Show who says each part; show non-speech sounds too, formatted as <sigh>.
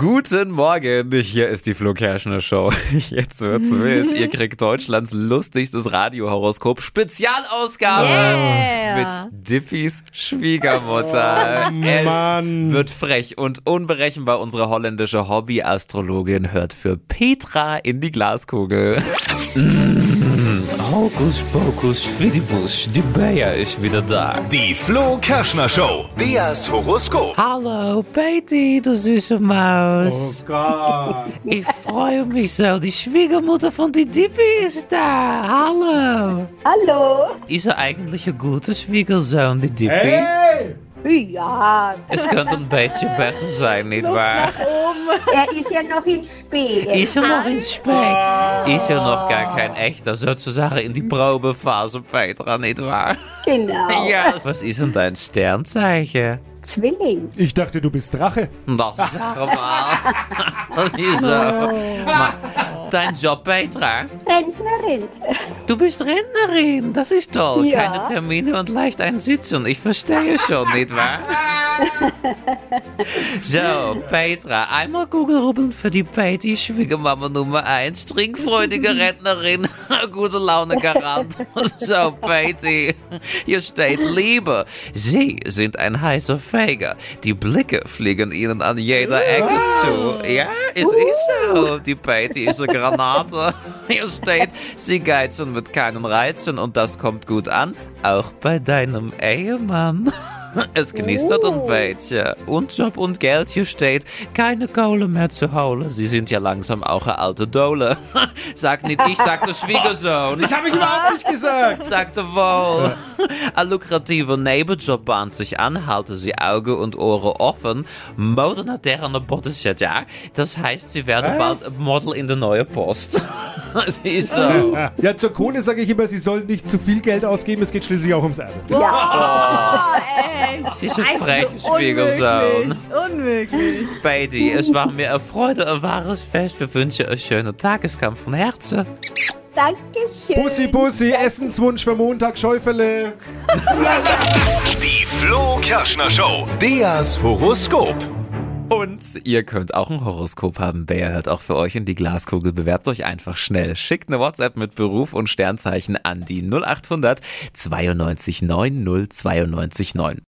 Speaker 1: Guten Morgen, hier ist die Flo Kerschner Show. <laughs> Jetzt wird's wild. Ihr kriegt Deutschlands lustigstes Radiohoroskop Spezialausgabe
Speaker 2: Yeah.
Speaker 1: mit Diffys Schwiegermutter. es
Speaker 3: Mann.
Speaker 1: wird frech und unberechenbar. Unsere holländische Hobby-Astrologin hört für Petra in die Glaskugel.
Speaker 4: Mm. Hokus Pokus Fidibus, die Bayer ist wieder da.
Speaker 5: Die Flo Kerschner Show. Beas Horoskop.
Speaker 4: Hallo Betty, du süße Maus.
Speaker 3: Gott.
Speaker 4: Ich freue mich so, die Schwiegermutter von die Dippy ist da. Hallo.
Speaker 6: Hallo.
Speaker 4: Ist er eigentlich ein guter Schwiegersohn, die Dippy?
Speaker 3: Hey!
Speaker 6: Ja,
Speaker 4: Es könnte een beetje besser zijn, nietwaar?
Speaker 6: er ist ja noch in Spee.
Speaker 4: Is er nog in Speck? Is er nog gar kein echter, sozusagen in die Probephase, Petra, nietwaar?
Speaker 6: Genau.
Speaker 4: Ja. Was ist denn dein Sternzeichen?
Speaker 6: Zwilling.
Speaker 3: Ich dachte, du bist Drache.
Speaker 4: Nog zeg <laughs> maar. Niet zo. Maar, dein Job, Petra?
Speaker 6: Rentnerin.
Speaker 4: Du bist Rennerin, das ist toll.
Speaker 6: Ja.
Speaker 4: Keine Termine und leicht ein Sitzen. Ich verstehe schon, nicht wahr? so, Petra, einmal Kugelrubbeln für die Patty, Schwiegermama Nummer 1, trinkfreudige <laughs> Rentnerin, gute Laune <laughs> Garant. so, Patty, hier steht Liebe. Sie sind ein heißer Feger. Die Blicke fliegen ihnen an jeder Ecke zu. Ja, es ist so. Die Patty ist eine <laughs> Granate. Hier steht, sie geizen mit keinen Reizen und das kommt gut an, auch bei deinem <laughs> Ehemann. Es knistert ein bisschen. Und Job und Geld hier steht, keine Kohle mehr zu holen. Sie sind ja langsam auch eine alte Dole. <laughs> Sag nicht ich, sag der Schwiegersohn.
Speaker 3: Das habe ich überhaupt nicht gesagt.
Speaker 4: Sagte wohl. Ein lukrativer Nebenjob bahnt sich an, halte sie Augen und Ohren offen. Mode nach deren Botteschat, ja. Das heißt, sie werden
Speaker 3: Was?
Speaker 4: bald ein Model in der neue Post. <laughs> sie ist so.
Speaker 3: <laughs> Ja, zur Kohle sage ich immer, sie sollen nicht zu viel Geld ausgeben, es geht schließlich auch ums Erbe.
Speaker 2: Oh, Echt? Also
Speaker 4: Sie ist ein frecher Schwiegersohn.
Speaker 2: Unmöglich. Unmöglich.
Speaker 4: Beidi, es war mir eine Freude, ein wahres Fest. Wir wünschen euch schönen Tageskampf von Herzen.
Speaker 6: Dankeschön.
Speaker 3: Bussi, Bussi, Essenswunsch für Montag, Schäufele.
Speaker 5: Die Flo Kerschner Show. Beas Horoskop.
Speaker 1: Und ihr könnt auch ein Horoskop haben. Bär hört auch für euch in die Glaskugel. Bewerbt euch einfach schnell. Schickt eine WhatsApp mit Beruf und Sternzeichen an die 0800 92 90 92 9.